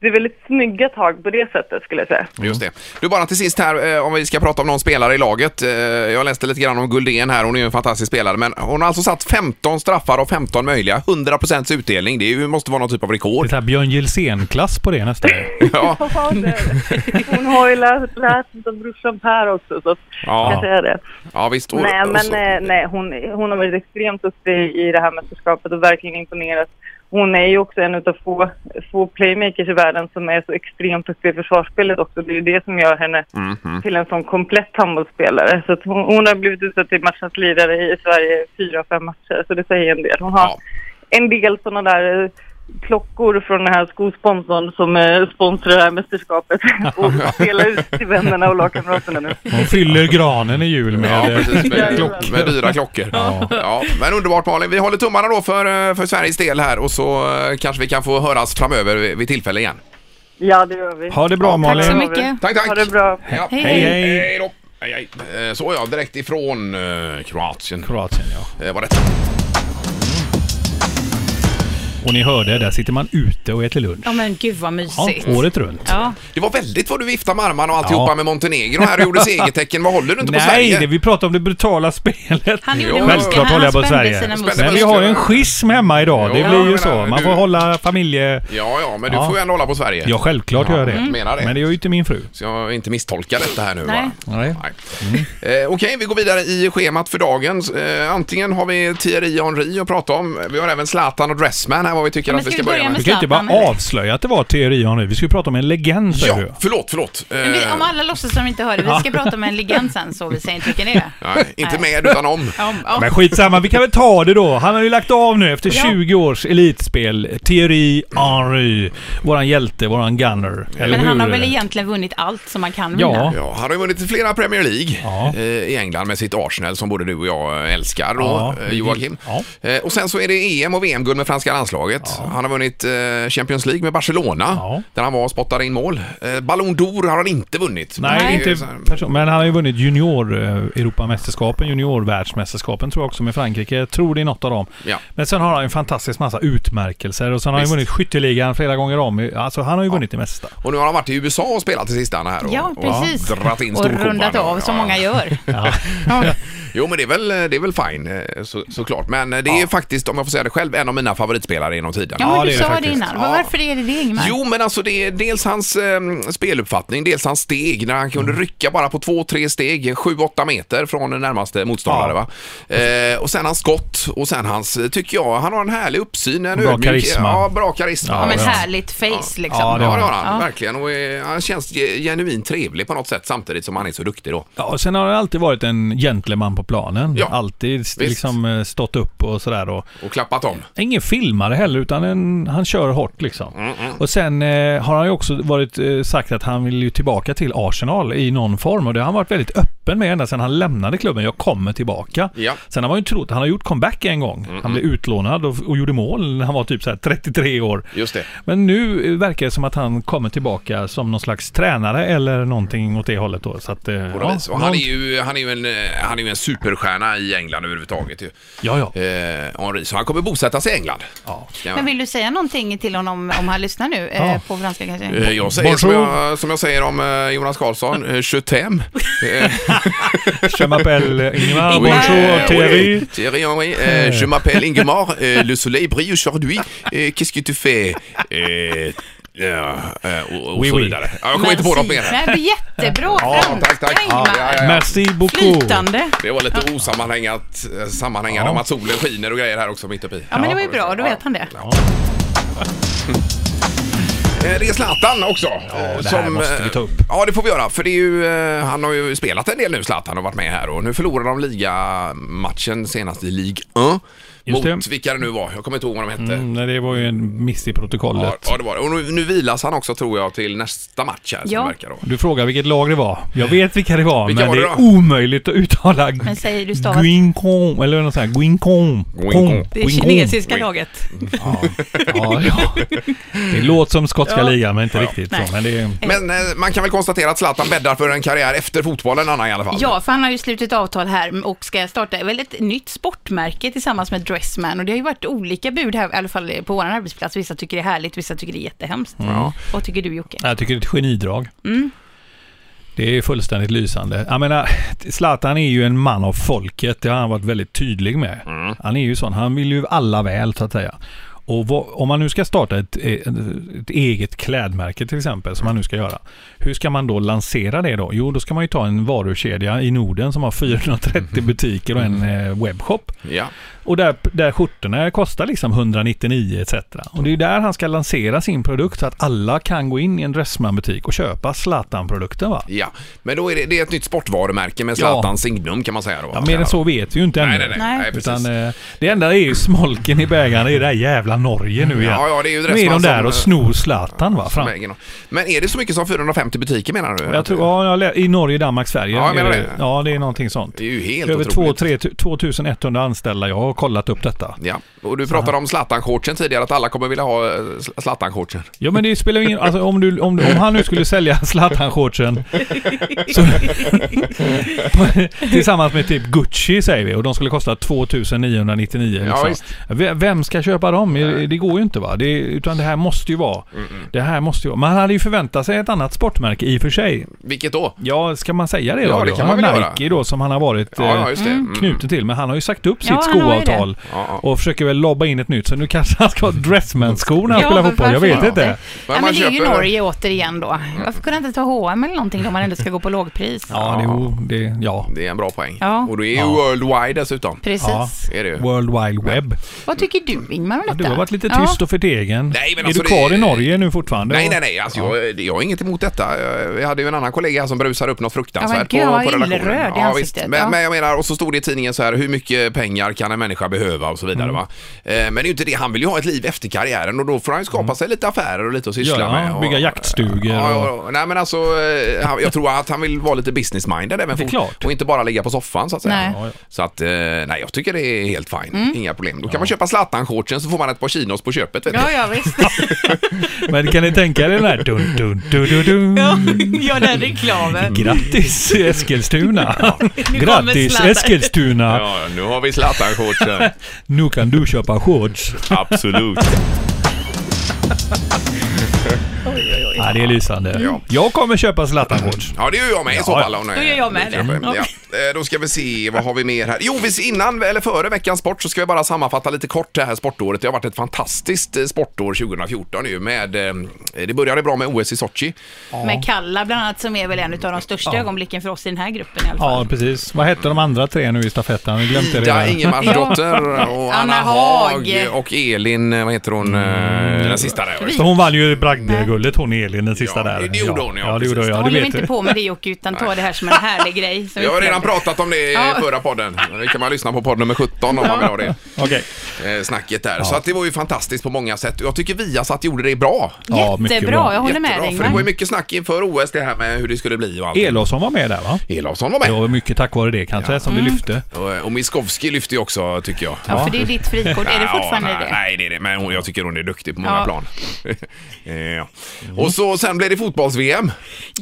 Speaker 7: det är väldigt snygga tag på det sättet skulle jag säga.
Speaker 5: Just det. Du bara till sist här, eh, om vi ska prata om någon spelare i laget. Eh, jag läste lite grann om Guldén här, hon är ju en fantastisk spelare. Men hon har alltså satt 15 straffar av 15 möjliga. 100% utdelning, det är ju- måste vara någon typ av rekord.
Speaker 6: <laughs> Det här Björn Gilsén-klass på det nästan.
Speaker 5: Ja,
Speaker 7: Ja, det är det. Hon har ju lärt, lärt sig av brorsan Per också så att jag kan
Speaker 5: ja,
Speaker 7: säga det.
Speaker 5: ja visst. Och-
Speaker 7: Nej,
Speaker 5: och
Speaker 7: men
Speaker 5: så-
Speaker 7: eh, nej, hon, hon har varit extremt uppe i, i det här mästerskapet och verkligen imponerat. Hon är ju också en av få, få playmakers i världen som är så extremt uppe i försvarsspelet också. Det är ju det som gör henne
Speaker 5: Mhm.
Speaker 7: till en sån komplett handbollsspelare. Så att hon, hon har blivit utsedd till matchens lirare i Sverige i fyra, fem matcher, så det säger en del. Hon har
Speaker 5: Ja.
Speaker 7: en del sådana där eh, klockor från den här skosponsorn som eh, sponsrar det
Speaker 5: <laughs>
Speaker 7: här mästerskapet och spelar ut till vännerna och lagkamraterna nu.
Speaker 6: Hon fyller granen i jul
Speaker 5: Ja,
Speaker 6: med...
Speaker 5: precis. Med,
Speaker 6: klockor.
Speaker 5: med dyra klockor. Ja.
Speaker 6: Ja.
Speaker 5: men underbart Malin. Vi håller tummarna då för, eh, för Sveriges del här och så eh, kanske vi kan få höras framöver vid vid tillfälle igen.
Speaker 7: Ja, det gör vi.
Speaker 6: Ha det bra
Speaker 1: Tack så
Speaker 6: Malin.
Speaker 1: mycket.
Speaker 5: Tack, tack!
Speaker 7: Ha det bra.
Speaker 5: Ja.
Speaker 1: Hej, hej.
Speaker 6: Hej, hej.
Speaker 5: då. Hej, hej. Eh, Så ja, direkt ifrån eh, Kroatien
Speaker 6: Kroatien ja.
Speaker 5: eh, var det.
Speaker 6: Och ni hörde, där sitter man ute och äter lunch.
Speaker 1: Ja men gud vad
Speaker 6: Ja,
Speaker 1: mysigt.
Speaker 6: året runt.
Speaker 1: Ja.
Speaker 5: Det var väldigt vad du viftade med armarna och alltihopa med Montenegro här och gjorde segertecken. Vad håller du inte på
Speaker 6: Nej,
Speaker 5: Sverige?
Speaker 6: det, vi pratar om det brutala spelet.
Speaker 1: Han gjorde
Speaker 5: Jo,
Speaker 1: mycket.
Speaker 5: självklart
Speaker 1: Han
Speaker 6: håller jag på
Speaker 1: spände
Speaker 6: Sverige.
Speaker 1: sina
Speaker 5: Spände
Speaker 6: Men
Speaker 1: muskler.
Speaker 6: vi har ju en schism hemma idag.
Speaker 5: Jo,
Speaker 6: Det blir ju
Speaker 5: jag
Speaker 6: så.
Speaker 5: menar,
Speaker 6: Man
Speaker 5: du-
Speaker 6: får hålla familje...
Speaker 5: Ja, ja, men du
Speaker 6: Ja.
Speaker 5: får ju ändå hålla på Sverige.
Speaker 6: Ja, självklart gör jag det.
Speaker 5: Mm. menar det.
Speaker 6: Men det gör ju inte min fru.
Speaker 5: Så jag inte misstolkar detta här nu
Speaker 1: Nej.
Speaker 5: va? Nej. Eh, Okej, vi går vidare i schemat för dagen. Eh, antingen har vi Thierry Henry att prata om. Vi har även Zlatan och Dressman här vad vi tycker
Speaker 1: Men
Speaker 5: att vi
Speaker 1: ska
Speaker 5: ska
Speaker 1: vi
Speaker 5: börja
Speaker 1: börja
Speaker 5: med.
Speaker 1: med
Speaker 6: Du kan ju inte bara
Speaker 1: Zlatan, eller?
Speaker 6: avslöja att det var teori om nu. Vi ska ju prata om en legend, säger
Speaker 5: Ja,
Speaker 6: du.
Speaker 5: förlåt, förlåt. Eh,
Speaker 1: Men vi, om alla låtsas som inte hör det, vi ska prata med en legend sen så vi säger inte vilken det är.
Speaker 5: nej, inte
Speaker 1: Nej.
Speaker 5: med utan om.
Speaker 1: Om, om.
Speaker 6: Men skitsamma, vi kan väl ta det då. Han har ju lagt av nu efter
Speaker 1: Ja.
Speaker 6: 20 års elitspel. Thierry Henry. Våran hjälte, våran gunner. Eller
Speaker 1: Men
Speaker 6: hur?
Speaker 1: han har väl egentligen vunnit allt som man kan vinna?
Speaker 6: Ja.
Speaker 5: Ja, han har ju vunnit flera Premier League
Speaker 6: Ja.
Speaker 5: eh, i England med sitt Arsenal som både du och jag älskar,
Speaker 6: Ja,
Speaker 5: och, eh,
Speaker 6: vi-
Speaker 5: Joakim.
Speaker 6: ja.
Speaker 5: Eh, och sen så är det EM och VM-guld med franska landslaget. Han har vunnit eh, Champions League med Barcelona,
Speaker 6: Ja.
Speaker 5: där han var och spottade in mål. Eh, Ballon d'Or har han inte vunnit.
Speaker 6: Nej,
Speaker 5: Men det är ju
Speaker 6: inte
Speaker 5: så här-
Speaker 6: person, men han har ju vunnit junior-Europamästerskapen, junior-världsmästerskapen tror jag också med Frankrike. Jag tror det är något av dem.
Speaker 5: Ja.
Speaker 6: Men sen har han ju en fantastisk massa utmärkelser och sen har han
Speaker 5: Visst.
Speaker 6: ju vunnit skytteligan flera gånger om. Alltså han har ju vunnit det mesta.
Speaker 5: Och nu har han varit i USA och spelat till sista här och,
Speaker 1: Ja, precis.
Speaker 5: och dratt in
Speaker 1: och
Speaker 5: storkovan.
Speaker 1: rundat av som
Speaker 5: Ja.
Speaker 1: många gör.
Speaker 6: Ja.
Speaker 1: Ja.
Speaker 5: Jo, men det är väl, det är väl fine eh, så, såklart. Men eh, det är faktiskt, om jag får säga det själv, en av mina favoritspelare genom tiden.
Speaker 1: Ja, men
Speaker 6: Ja,
Speaker 1: du
Speaker 6: det är det
Speaker 1: sa det
Speaker 6: faktiskt.
Speaker 1: innan.
Speaker 5: Ja.
Speaker 1: Varför är det det Ingmar?
Speaker 5: Jo, men alltså det är dels hans eh, speluppfattning, dels hans steg när han kunde rycka bara på två, tre steg, sju, åtta meter från den närmaste motståndare.
Speaker 6: Ja.
Speaker 5: Va? Eh, och sen hans skott och sen hans, tycker jag, han har en härlig uppsyn, en
Speaker 6: Bra
Speaker 5: ödmjuk,
Speaker 6: karisma.
Speaker 5: Ja, bra karisma.
Speaker 1: ja, men
Speaker 6: ja.
Speaker 1: härligt face liksom.
Speaker 6: Ja,
Speaker 5: Ja,
Speaker 6: det
Speaker 5: det
Speaker 6: har
Speaker 5: har han,
Speaker 1: han. Ja.
Speaker 5: verkligen. Och, eh, han känns ge- genuint trevlig på något sätt samtidigt som han är så duktig då.
Speaker 6: Ja, och sen har han alltid varit en gentleman på planen.
Speaker 5: Ja.
Speaker 6: Alltid st- liksom eh, stått upp och sådär. Och
Speaker 5: Och klappat om.
Speaker 6: ingen filmare heller, utan en, han kör hårt liksom.
Speaker 5: Mm,
Speaker 6: Och sen eh, har han ju också varit, eh, sagt att han vill ju tillbaka till Arsenal i någon form. Och det har han varit väldigt öppen med ända sedan han lämnade klubben. Jag kommer tillbaka.
Speaker 5: Ja. Mm,
Speaker 6: Sen har man ju trott, han har gjort comeback en gång. Han blev utlånad och, och gjorde mål när han var typ så här 33 år.
Speaker 5: Just det.
Speaker 6: Men nu eh, verkar det som att han kommer tillbaka som någon slags tränare eller någonting åt det hållet då. Så att, eh,
Speaker 5: På något vis. Och han, är
Speaker 6: någon-
Speaker 5: ju, han, är ju en, eh, han är ju en superstjärna i England överhuvudtaget. ju.
Speaker 6: Ja, ja.
Speaker 5: <laughs> Eh, Henri, så han kommer bosätta sig i England.
Speaker 6: Ja.
Speaker 5: Kan
Speaker 1: Men
Speaker 5: jag-
Speaker 1: vill du säga någonting till honom om han lyssnar nu? eh,
Speaker 6: Ja.
Speaker 1: På franska kanske?
Speaker 5: Eh, Jag säger som
Speaker 6: Bonjour.
Speaker 5: jag, som jag säger om eh, Jonas Karlsson, eh,
Speaker 6: <laughs>
Speaker 5: 25. Eh,
Speaker 6: Je m'appelle Ingemar,
Speaker 5: oui, eh,
Speaker 6: bonjour, Thierry.
Speaker 5: oui, Thierry Henry, eh, je m'appelle Ingemar, eh, le soleil brille aujourd'hui, Eh, qu'est-ce que tu fais? Eh, ja, eh, och, och
Speaker 6: Oui,
Speaker 5: så
Speaker 6: oui.
Speaker 5: vidare. Ja, Jag kommer inte på något mer.
Speaker 1: Nej, det är jättebra
Speaker 5: Ja,
Speaker 1: franska,
Speaker 5: tack, tack.
Speaker 1: Ingmar.
Speaker 5: Ja, ja, ja.
Speaker 6: Merci beaucoup.
Speaker 1: Flytande.
Speaker 5: Det var lite osammanhängat, eh, sammanhängande
Speaker 6: Ja.
Speaker 5: om att solen skiner och grejer här också mitt uppe i.
Speaker 1: Ja, men det var ju bra, då vet han det.
Speaker 5: Eh, Det är Zlatan också. Ja,
Speaker 6: det här måste vi ta upp.
Speaker 5: Ja, det får vi göra. För det är ju, eh, han har ju spelat en del nu, Zlatan, och varit med här. Och nu förlorade de ligamatchen senast i Ligue 1.
Speaker 6: Just
Speaker 5: Mot
Speaker 6: det.
Speaker 5: vilka det nu var. Jag kommer inte ihåg vad de hette.
Speaker 6: Mm, nej, det var ju en miss i
Speaker 5: Ja,
Speaker 6: protokollet.
Speaker 5: ja, det var det. Och nu, nu vilas han också, tror jag, till nästa match här.
Speaker 1: Ja.
Speaker 5: Som verkar då.
Speaker 6: Du frågar vilket lag det var. Jag vet vilka det var,
Speaker 5: Vilka
Speaker 6: men
Speaker 5: var
Speaker 6: det
Speaker 5: det
Speaker 6: är
Speaker 5: då?
Speaker 6: omöjligt att uttala.
Speaker 1: <laughs> Men säger du stavat?
Speaker 6: Guincon, eller något sånt här. Guincon.
Speaker 5: Guincon.
Speaker 1: Det är kinesiska laget.
Speaker 6: Ja, ja, ja. Det låter som skotska
Speaker 1: Ja.
Speaker 6: ligan, men inte riktigt
Speaker 1: Nej.
Speaker 6: så. Men det är...
Speaker 5: Men eh, man kan väl konstatera att Zlatan bäddar för en karriär efter fotbollen, Anna, i alla fall.
Speaker 1: Ja, för han har ju slutit avtal här och ska starta väl ett nytt sportmärke tillsammans med Dressman. Och det har ju varit olika bud här, i alla fall på vår arbetsplats. Vissa tycker det är härligt, vissa tycker det är jättehemskt. Vad tycker du Jocke?
Speaker 6: Jag tycker det är ett genidrag. Det är fullständigt lysande. Jag menar, Zlatan är ju en man av folket. Det har han varit väldigt tydlig med. Han är ju sån. Han vill ju alla väl, så att säga. Och vad, om man nu ska starta ett, ett, ett eget klädmärke till exempel, som man nu ska göra. Hur ska man då lansera det då? Jo, då ska man ju ta en varukedja i Norden som har 430 butiker och en eh, webbshop.
Speaker 5: Ja.
Speaker 6: Och där, där skjortorna kostar liksom 199 etc. Och det är ju där han ska lansera sin produkt så att alla kan gå in i en Dressman-butik och köpa Zlatan-produkten va?
Speaker 5: ja. Men då är det, det är ett nytt sportvarumärke med
Speaker 6: Ja.
Speaker 5: Zlatans signum, kan man säga då.
Speaker 6: Ja, mer än så vet vi ju inte
Speaker 5: Nej,
Speaker 6: ännu.
Speaker 5: nej, nej. nej.
Speaker 1: Nej.
Speaker 5: precis.
Speaker 6: Utan, eh, det enda är ju smolken i bägaren det är det där jävla Norge nu igen.
Speaker 5: Ja, ja, det är ju
Speaker 6: nu är
Speaker 5: Dressman
Speaker 6: de där
Speaker 5: som, eh,
Speaker 6: och snor Zlatan va? Fram.
Speaker 5: Vägen. Men är det så mycket som 450 butiker menar du?
Speaker 6: Jag tror, ja, jag lä- I Norge, Danmark, Sverige.
Speaker 5: Ja, jag menar
Speaker 6: är
Speaker 5: det.
Speaker 6: ja, det är någonting sånt.
Speaker 5: Det är ju helt
Speaker 6: Över
Speaker 5: otroligt.
Speaker 6: 2 100 anställda. Jag har kollat upp detta.
Speaker 5: Ja, och du pratade om Zlatan-shortsen tidigare, att alla kommer vilja ha eh, Zl- Zlatan-shortsen.
Speaker 6: Ja men det spelar ju ingen alltså, om, du, om, du- om han nu skulle sälja <laughs> Zlatan-shortsen så- <laughs> tillsammans med typ Gucci säger vi och de skulle kosta 2999
Speaker 5: Ja,
Speaker 6: liksom.
Speaker 5: visst.
Speaker 6: V- Vem ska köpa dem? Det går ju inte va? Det, utan det här måste ju vara... Det här måste ju vara... Man hade ju förväntat sig ett annat sportmärke i och för sig.
Speaker 5: Vilket då?
Speaker 6: Ja, ska man säga det
Speaker 5: Ja,
Speaker 6: då?
Speaker 5: det
Speaker 6: då?
Speaker 5: kan man väl göra.
Speaker 6: Nike då som han har varit
Speaker 5: Ja,
Speaker 6: eh,
Speaker 5: ja, just det. Mm.
Speaker 6: knuten till. Men han har ju sagt upp sitt
Speaker 1: Ja, han har ju
Speaker 6: skoavtal
Speaker 1: det.
Speaker 5: Ja, Mm. ja.
Speaker 6: och försöker väl lobba in ett nytt. Så nu kanske han ska ha Dressman-skor när han
Speaker 1: Ja,
Speaker 6: spelar
Speaker 1: men
Speaker 6: fotboll. Jag
Speaker 1: varför
Speaker 6: vet inte.
Speaker 5: Men
Speaker 1: Men, ja,
Speaker 5: man
Speaker 1: men det är ju
Speaker 5: köper-
Speaker 1: Norge återigen då. Varför kunde han inte ta H&M eller någonting om man ändå ska gå på lågpris?
Speaker 6: Mm. Ja, det, jo, det, ja.
Speaker 5: Det är en bra poäng.
Speaker 1: Ja.
Speaker 5: Och det är ju worldwide dessutom.
Speaker 1: Precis.
Speaker 6: Ja.
Speaker 5: Är det ju.
Speaker 6: World Wide Web.
Speaker 1: Vad tycker du Ingmar om detta?
Speaker 6: Du har varit lite
Speaker 1: Ja.
Speaker 6: tyst och förtegen.
Speaker 5: Nej, men
Speaker 6: är
Speaker 5: alltså
Speaker 6: du kvar
Speaker 5: det-
Speaker 6: i Norge nu fortfarande?
Speaker 5: Nej, nej, nej. Alltså, jag, jag har inget emot detta. Jag- Vi hade ju en annan kollega här som brusade upp något fruktansvärt
Speaker 1: Ja, men gud,
Speaker 5: på, på
Speaker 1: vad
Speaker 5: redaktionen.
Speaker 1: illröd i
Speaker 5: ja,
Speaker 1: ansiktet.
Speaker 5: visst. Men,
Speaker 1: Ja.
Speaker 5: men jag menar, och så stod det i tidningen så här, hur mycket pengar kan en människa behöva och så vidare
Speaker 1: Mm.
Speaker 5: va. Eh, Men det är ju inte det, han vill ju ha ett liv efter karriären och då får han ju skapa
Speaker 1: Mm.
Speaker 5: sig lite affärer och lite att syssla
Speaker 6: Ja, ja,
Speaker 5: med. Och,
Speaker 6: bygga jaktstugor
Speaker 5: Ja, ja,
Speaker 6: och-
Speaker 5: ja. Nej men alltså, eh, han- jag tror att han vill vara lite business-minded även
Speaker 6: Det är
Speaker 5: fort-
Speaker 6: klart.
Speaker 5: och inte bara ligga på soffan så att säga.
Speaker 1: Nej. Mm.
Speaker 6: Ja, ja.
Speaker 5: Så att, eh, nej jag tycker det är helt fine. Inga problem. Då kan man köpa Zlatan-shortsen så får man ett par chinos på köpet vet du.
Speaker 1: Ja, ja
Speaker 6: <laughs>
Speaker 1: visst.
Speaker 6: Men kan ni tänka er den här dun, dun, dun, dun, dun.
Speaker 1: Ja, ja den reklamen. <laughs>
Speaker 6: Grattis Eskilstuna!
Speaker 1: kommer
Speaker 6: Grattis
Speaker 1: sladden.
Speaker 6: Eskilstuna!
Speaker 5: Ja, nu har vi
Speaker 6: <laughs>
Speaker 5: Zlatan-shortsen.
Speaker 6: Nu kan du köpa shorts.
Speaker 5: Absolut.
Speaker 6: Ja, det är lysande.
Speaker 5: Ja.
Speaker 6: Jag kommer köpa Zlatan-shorts.
Speaker 5: Ja, det gör jag med i så
Speaker 6: Ja.
Speaker 5: fall. Om
Speaker 1: Då gör jag med det.
Speaker 5: Ja. Eh, Då ska vi se, vad har vi mer här? Jo, vi ser- innan eller före veckans sport så ska vi bara sammanfatta lite kort det här sportåret. Det har varit ett fantastiskt eh, sportår 2014 nu med, eh, det började bra med OS i Sochi.
Speaker 1: Med Kalla bland annat som är väl en av de största ögonblicken för oss i den här gruppen i alla fall.
Speaker 6: Ja, precis. Vad hette de andra tre nu i stafetten? Jag glömde det
Speaker 5: Ida
Speaker 6: redan.
Speaker 5: Ingemarsdotter och Anna
Speaker 1: Anna
Speaker 5: Haag
Speaker 1: Haag.
Speaker 5: och Elin, eh, vad heter hon, mm. den sista där?
Speaker 1: Vi-
Speaker 6: Så hon vann ju Bragdeguldet, hon Elin, den sista
Speaker 5: Ja,
Speaker 6: där.
Speaker 5: det gjorde hon, ja,
Speaker 6: ja. det gjorde
Speaker 5: precis.
Speaker 6: jag. Det
Speaker 1: Håll
Speaker 6: vet
Speaker 1: inte
Speaker 6: du.
Speaker 1: på med det Jocke, utan ta det här som en härlig grej. som
Speaker 5: Jag har redan
Speaker 1: upplevelse.
Speaker 5: pratat om det i
Speaker 1: Ja.
Speaker 5: förra podden. Det kan man lyssna på podd nummer 17 om man vill ha det
Speaker 6: Okej.
Speaker 5: eh, snacket där. Så att det var ju fantastiskt på många sätt. Jag tycker Viasat gjorde det bra.
Speaker 6: Ja, mycket bra.
Speaker 1: Jättebra, jag håller med
Speaker 5: Jättebra,
Speaker 1: dig
Speaker 5: för det var ju
Speaker 1: Ingmar.
Speaker 5: mycket snack inför OS det här med hur det skulle bli och allt.
Speaker 6: Elofsson var med där va?
Speaker 5: Elofsson var med.
Speaker 6: Det var mycket tack vare det kanske som
Speaker 1: Mm.
Speaker 6: vi lyfte.
Speaker 5: Och, och Miskovsky lyfte ju också tycker jag.
Speaker 1: Ja, för det är ditt frikort. Är det
Speaker 5: Ja,
Speaker 1: fortfarande
Speaker 5: nej,
Speaker 1: det?
Speaker 5: Nej, det är det. Men hon, jag tycker hon är duktig på många
Speaker 1: Ja.
Speaker 5: plan. <laughs> Eh, ja. Och så, sen blev det fotbolls-VM.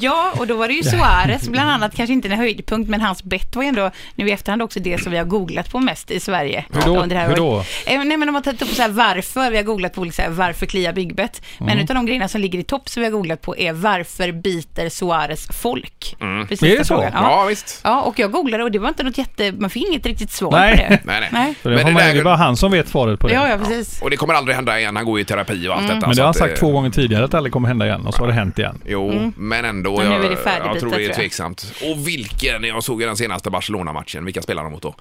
Speaker 1: Ja, och då var det ju Suarez bland annat, kanske inte en höjdpunkt, men hans bett var ju ändå nu i efterhand också det som vi har googlat på mest i Sverige.
Speaker 6: Hur då?
Speaker 1: Under det här
Speaker 6: Hur
Speaker 1: året. Eh, Nej, men de har tagit upp så här varför, vi har googlat på olika, så här, varför kliar byggbett. Men
Speaker 6: Mm.
Speaker 1: en utav de grejerna som ligger i topp som vi har googlat på är varför biter Suarez folk? Precis
Speaker 6: Är det
Speaker 1: den
Speaker 6: så?
Speaker 1: frågan.
Speaker 5: Mm. Ja, visst.
Speaker 1: Ja, och jag googlade och det var inte något jätte, man fick inget riktigt svar
Speaker 6: Nej.
Speaker 1: på det.
Speaker 5: Nej, nej.
Speaker 6: Så det,
Speaker 5: Men
Speaker 6: har
Speaker 5: det
Speaker 6: man,
Speaker 5: där-
Speaker 6: det är bara han som vet svaret på det.
Speaker 1: Ja, ja, precis.
Speaker 5: Och det kommer aldrig hända igen. Han går ju i terapi och
Speaker 1: Mm.
Speaker 5: allt detta.
Speaker 6: Men det
Speaker 5: så
Speaker 6: har han
Speaker 5: att
Speaker 6: sagt två gånger tidigare att det aldrig kommer hända igen och så har det hänt igen.
Speaker 5: Jo, men ändå.
Speaker 1: Mm. Men nu är det
Speaker 5: jag, jag
Speaker 1: färdigbitet,
Speaker 5: tror det
Speaker 1: tror
Speaker 5: är
Speaker 1: jag.
Speaker 5: tveksamt. Och vilken! Jag såg ju den senaste Barcelona-matchen. Vilka spelar de mot då?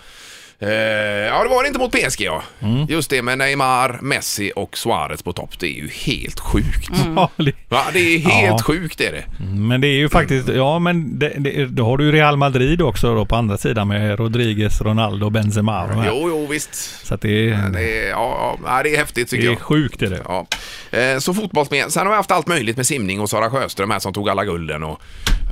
Speaker 5: Eh, ja, det var det inte mot PSG ja.
Speaker 6: Mm.
Speaker 5: Just det, med Neymar, Messi och Suarez på topp. Det är ju helt sjukt.
Speaker 1: Mm.
Speaker 6: Ja, det-
Speaker 5: Va? Det är helt
Speaker 6: Ja.
Speaker 5: sjukt är det.
Speaker 6: Men det är ju faktiskt,
Speaker 5: Mm.
Speaker 6: ja men det, det, då har du ju Real Madrid också då på andra sidan med Rodriguez, Ronaldo och Benzema. och de här.
Speaker 5: Jo, jo, visst.
Speaker 6: Så att det är, det
Speaker 5: Det är, ja, ja, det är häftigt tycker
Speaker 6: är
Speaker 5: jag.
Speaker 6: sjukt är det.
Speaker 5: Ja. Eh, Så fotbolls-VM. Sen har vi haft allt möjligt med simning och Sara Sjöström här som tog alla gulden. Och,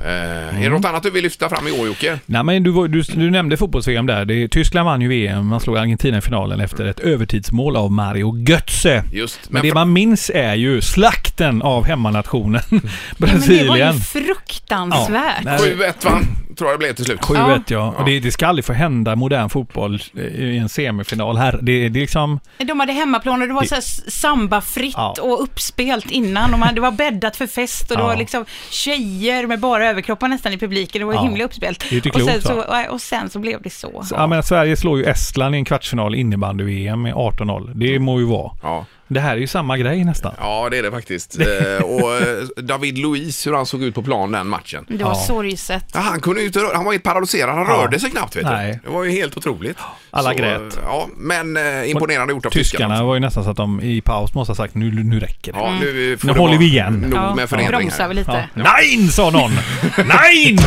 Speaker 5: eh,
Speaker 6: Mm.
Speaker 5: Är det något annat du vill lyfta fram i år Jocke?
Speaker 6: Nej men du, var- du, du nämnde fotbolls-VM där. Det, Tyskland vann ju VM. Man slog Argentina i finalen efter ett övertidsmål av Mario Götze.
Speaker 5: Just, men
Speaker 6: Men det
Speaker 5: för-
Speaker 6: man minns är ju slakten av hemmanationen
Speaker 5: Mm.
Speaker 6: <laughs>
Speaker 1: Men det var ju
Speaker 6: Brasilien.
Speaker 1: fruktansvärt.
Speaker 6: Ja, nej.
Speaker 5: 7-1 va? Tror jag det blev till slut.
Speaker 6: 7-1 ja. Och det, det ska aldrig få hända i modern fotboll eh, i en semifinal här. Det, det är liksom...
Speaker 1: De hade hemmaplan och det var så här s- sambafritt
Speaker 6: Ja.
Speaker 1: och uppspelt innan. Och man, det var bäddat för fest och det
Speaker 6: Ja.
Speaker 1: var liksom tjejer med bara överkroppar nästan i publiken. Det var
Speaker 6: Ja.
Speaker 1: himla uppspelt.
Speaker 6: Det är inte
Speaker 1: och, sen
Speaker 6: klokt,
Speaker 1: så,
Speaker 6: va?
Speaker 1: nej, och sen så blev det så.
Speaker 6: Ja, men Sverige slår ju Estland i en kvartsfinal innebandy-VM med 18-0. Det må ju vara.
Speaker 5: Ja.
Speaker 6: Det här är ju samma grej nästan.
Speaker 5: Ja, det är det faktiskt. Eh, och eh, David Luiz, hur han såg ut på plan den matchen.
Speaker 1: Det var
Speaker 6: Ja.
Speaker 1: sorgset.
Speaker 5: Ja, han kunde ju inte rö- han var ju paralyserad, han
Speaker 6: Ja.
Speaker 5: rörde sig knappt vet
Speaker 6: Nej.
Speaker 5: du. Det var ju helt otroligt.
Speaker 6: Alla
Speaker 5: Så,
Speaker 6: grät.
Speaker 5: eh, Ja, men eh, imponerande gjort av tyskarna.
Speaker 6: Tyskarna var ju nästan så att de i paus måste ha sagt nu, nu räcker det.
Speaker 5: Ja, nu eh, får
Speaker 6: Nu
Speaker 5: det
Speaker 6: håller
Speaker 5: vara
Speaker 6: vi igen.
Speaker 5: Nog
Speaker 1: Mm. Ja,
Speaker 5: med
Speaker 1: nu
Speaker 5: förändringar.
Speaker 1: bromsar vi lite.
Speaker 6: Ja. Nein, sa någon! Nein!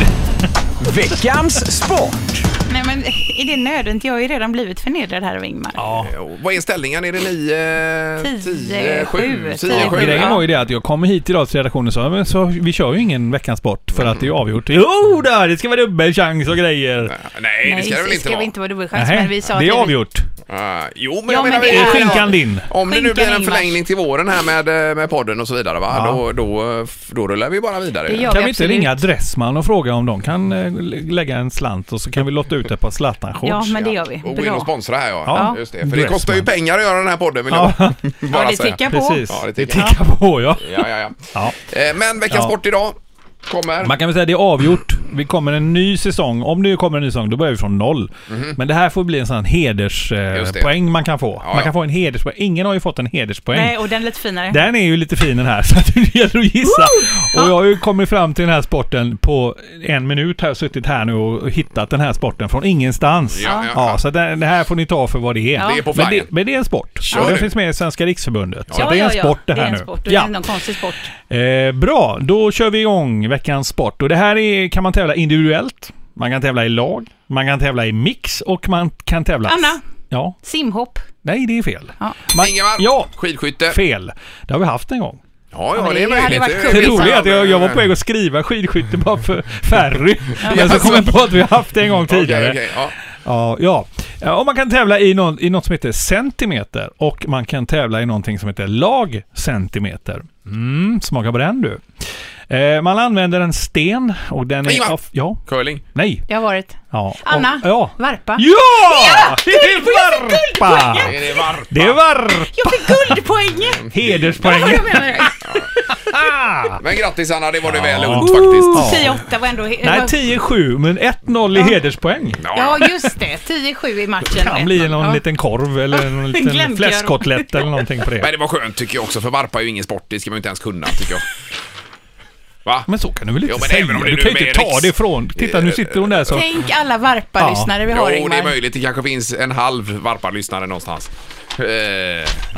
Speaker 4: Veckans sport.
Speaker 1: Nej, men är det nödvändigt? Jag har ju redan blivit förnedrad här av Ingmar.
Speaker 6: Ja.
Speaker 5: Eh, Vad är ställningen? Är det 9,
Speaker 1: Tio,
Speaker 5: 10, 7?
Speaker 1: sju,
Speaker 5: 10,
Speaker 1: tio,
Speaker 5: 7.
Speaker 1: sju.
Speaker 6: Grejen
Speaker 1: Ja.
Speaker 6: var ju det att jag kom hit idag till redaktionen och sa men så, vi kör ju ingen Veckans Sport för att det är avgjort. Jo då, det ska vara dubbelchans och grejer.
Speaker 5: Nej, det ska det väl inte
Speaker 1: ska
Speaker 5: vara.
Speaker 1: vi inte vara dubbelchans,
Speaker 6: Nähä,
Speaker 1: men vi sa
Speaker 6: det
Speaker 1: att
Speaker 6: är avgjort.
Speaker 5: Ah, jo, men
Speaker 1: Ja,
Speaker 5: jag
Speaker 1: men
Speaker 5: menar...
Speaker 1: det
Speaker 5: vi-
Speaker 1: är-
Speaker 6: Skinkan din.
Speaker 5: Om det nu
Speaker 1: Skinkan
Speaker 5: blir en
Speaker 1: Ingvars.
Speaker 5: förlängning till våren här med, eh, med podden och så vidare, va?
Speaker 6: Ja.
Speaker 5: Då, då, då rullar vi bara vidare.
Speaker 1: Det gör
Speaker 6: Kan
Speaker 1: vi
Speaker 6: vi inte
Speaker 1: absolut.
Speaker 6: ringa Dressman och fråga om de kan eh, lä- lägga en slant och så kan vi lotta ut ett par Zlatan-shorts?
Speaker 1: Ja, men det gör vi.
Speaker 5: Och gå in och
Speaker 1: Bra.
Speaker 5: sponsra här ja.
Speaker 6: Ja.
Speaker 5: Just det. För det
Speaker 6: Dressman.
Speaker 5: kostar ju pengar att göra den här podden vill jag
Speaker 6: <laughs> Ja.
Speaker 5: bara
Speaker 1: Ja, det
Speaker 5: säga.
Speaker 1: tickar på.
Speaker 6: Precis.
Speaker 5: Ja, det
Speaker 6: det,
Speaker 5: tycker jag.
Speaker 6: tickar på ja.
Speaker 5: Ja, ja, ja.
Speaker 6: ja.
Speaker 5: Eh, Men veckans
Speaker 6: Ja.
Speaker 5: sport idag kommer.
Speaker 6: Man kan väl säga att det är avgjort. Vi kommer en ny säsong. Om det kommer en ny säsong, då börjar vi från noll. Men det här får bli en sån
Speaker 5: Mhm. Just det.
Speaker 6: hederspoäng poäng man kan få.
Speaker 5: Ja,
Speaker 6: man
Speaker 5: ja.
Speaker 6: kan få en hederspoäng. Ingen har ju fått en hederspoäng.
Speaker 1: Nej, och den är lite finare.
Speaker 6: Den är ju lite fin den här, <laughs> så att det gäller att gissa. Och jag har ju kommit fram till den här sporten på en minut. Har jag suttit här nu och hittat den här sporten från ingenstans.
Speaker 5: Ja, ja, ja.
Speaker 6: så att den- det här får ni ta för vad det är.
Speaker 5: Det är på
Speaker 6: men,
Speaker 5: flaggen.
Speaker 6: det, men det är en sport.
Speaker 5: Kör
Speaker 6: och den
Speaker 5: nu.
Speaker 6: finns med i Svenska Riksförbundet. Så
Speaker 1: Ja,
Speaker 6: att det är en
Speaker 1: ja, ja.
Speaker 6: sport det här
Speaker 1: är en
Speaker 6: nu.
Speaker 1: sport, och
Speaker 6: Ja.
Speaker 1: Det är någon konstig sport.
Speaker 6: Eh, bra, då kör vi igång veckans sport. Och det här är, kan man tävla individuellt, man kan tävla i lag, man kan tävla i mix och man kan tävla...
Speaker 1: Anna.
Speaker 6: Ja,
Speaker 1: Simhopp.
Speaker 6: nej det är fel.
Speaker 1: Ja.
Speaker 6: Man,
Speaker 5: Ingemar,
Speaker 6: Ja,
Speaker 5: skidskytte.
Speaker 6: fel. Det har vi haft en gång.
Speaker 5: Ja, ja,
Speaker 1: men
Speaker 5: det är
Speaker 1: det hade
Speaker 5: möjligt.
Speaker 1: varit
Speaker 5: är
Speaker 1: kul.
Speaker 6: Det
Speaker 5: väl
Speaker 6: roliga är att
Speaker 5: sant.
Speaker 6: jag, jag var på väg att skriva skidskytte bara för Ferry. Men
Speaker 5: Ja,
Speaker 6: så kom jag
Speaker 5: så.
Speaker 6: på att vi har haft det en
Speaker 5: <laughs>
Speaker 6: gång
Speaker 5: Okej,
Speaker 6: tidigare.
Speaker 5: okej, ja.
Speaker 6: Ja, ja. Eh, Och man kan tävla i, någon, i något som heter centimeter och man kan tävla i någonting som heter lagcentimeter. Mm, smaka på den du. Eh, man använder en sten och den är...
Speaker 5: Ingvar!
Speaker 6: av- ja,
Speaker 5: Curling.
Speaker 6: nej.
Speaker 1: Det har varit.
Speaker 6: Ja,
Speaker 1: Anna.
Speaker 6: Och, ja.
Speaker 1: Varpa.
Speaker 6: Ja! Det är varpa!
Speaker 5: Är det varmt?
Speaker 6: Det är varp!
Speaker 1: Jag fick
Speaker 6: <laughs>
Speaker 1: guldpoängen!
Speaker 6: Hederspoäng! Ah!
Speaker 1: Vad jag menar.
Speaker 5: Men grattis Anna, det var det väl
Speaker 6: Ja.
Speaker 5: ont faktiskt.
Speaker 1: 10-8 var ändå...
Speaker 6: Nej, 10-7, men 1-0 i hederspoäng.
Speaker 1: Ja, just det. 10-7 i matchen.
Speaker 6: Det kan bli någon
Speaker 1: Ja.
Speaker 6: liten korv eller
Speaker 1: <laughs>
Speaker 6: någon liten
Speaker 1: Glömde
Speaker 6: fläskkotlett eller någonting på
Speaker 5: Men
Speaker 6: det.
Speaker 5: det var skönt tycker jag också, för varpa är ju ingen sport. Det ska man ju inte ens kunna tycker jag. Va?
Speaker 6: Men så kan du väl inte
Speaker 5: Jo, men
Speaker 6: säga?
Speaker 5: även om det
Speaker 6: Du
Speaker 5: nu
Speaker 6: kan ju inte
Speaker 5: är
Speaker 6: ta
Speaker 5: riks-
Speaker 6: det ifrån... Titta, nu sitter hon där så...
Speaker 1: Tänk alla varpa-lyssnare vi har,
Speaker 5: jo, det är
Speaker 1: Ingmar.
Speaker 5: möjligt. Det kanske finns en halv varparlyssnare någonstans. Eh,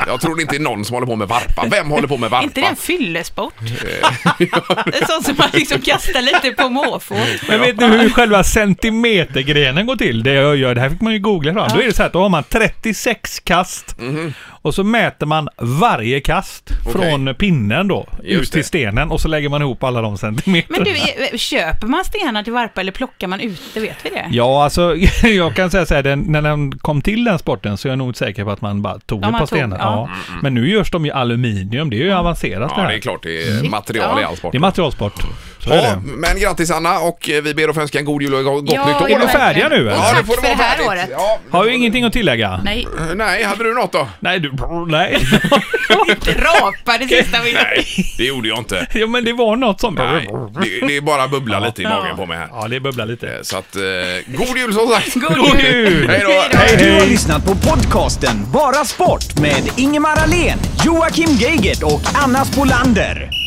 Speaker 5: jag tror det inte är någon som håller på med varpa. Vem håller på med varpa?
Speaker 1: inte det
Speaker 6: <laughs>
Speaker 1: en fyllesport? <laughs> En sån som man liksom kastar lite på måfå.
Speaker 6: Men vet ni hur själva centimetergrenen går till? Det jag gör, det här fick man ju googla fram. Då är det så här att då har man 36 kast
Speaker 5: Mhm.
Speaker 6: och så mäter man varje kast från pinnen då
Speaker 5: Just
Speaker 6: ut till
Speaker 5: det.
Speaker 6: stenen och så lägger man ihop alla de centimeterna.
Speaker 1: Men du, eh, köper man stenar till varpa eller plockar man ute? Vet vi det?
Speaker 6: <laughs> Ja, alltså jag kan säga så här, den, när den kom till den sporten så är jag nog säker på att man bara bara tog
Speaker 1: Ja,
Speaker 6: ett
Speaker 1: man
Speaker 6: par
Speaker 1: tog,
Speaker 6: stenar.
Speaker 1: ja.
Speaker 6: Ja. Men nu görs de i aluminium. Det är ju avancerat
Speaker 5: Mm,
Speaker 6: det
Speaker 5: Ja,
Speaker 6: här.
Speaker 5: det är klart det är material
Speaker 1: Ja.
Speaker 5: i all sport.
Speaker 6: Det är materialsport. Så är
Speaker 5: Ja,
Speaker 6: det.
Speaker 5: men grattis Anna och eh, vi ber att få önska en god jul och gott
Speaker 1: Ja,
Speaker 5: nytt år.
Speaker 1: ja,
Speaker 6: Är du färdiga nu eller?
Speaker 1: Ja,
Speaker 5: Ja,
Speaker 1: Tack
Speaker 5: det får det
Speaker 1: för
Speaker 5: vara
Speaker 1: det här
Speaker 5: färdigt.
Speaker 1: året.
Speaker 5: Ja,
Speaker 6: Har du ingenting att tillägga?
Speaker 1: Nej,
Speaker 5: eh, Nej, hade du något då?
Speaker 6: Nej, du... <laughs> Nej.
Speaker 1: rapa det sista vi
Speaker 5: Nej, det gjorde jag inte.
Speaker 6: ja, men det var något som...
Speaker 5: Nej, det, det är bara bubbla lite i magen på mig här.
Speaker 6: Ja, det bubblar lite.
Speaker 5: Så att, eh, god jul som sagt!
Speaker 1: God
Speaker 6: jul!
Speaker 5: Hej då!
Speaker 4: Du har lyssnat på podcasten Bara Sport med Ingemar Ahlén, Joakim Geigert och Anna Spolander.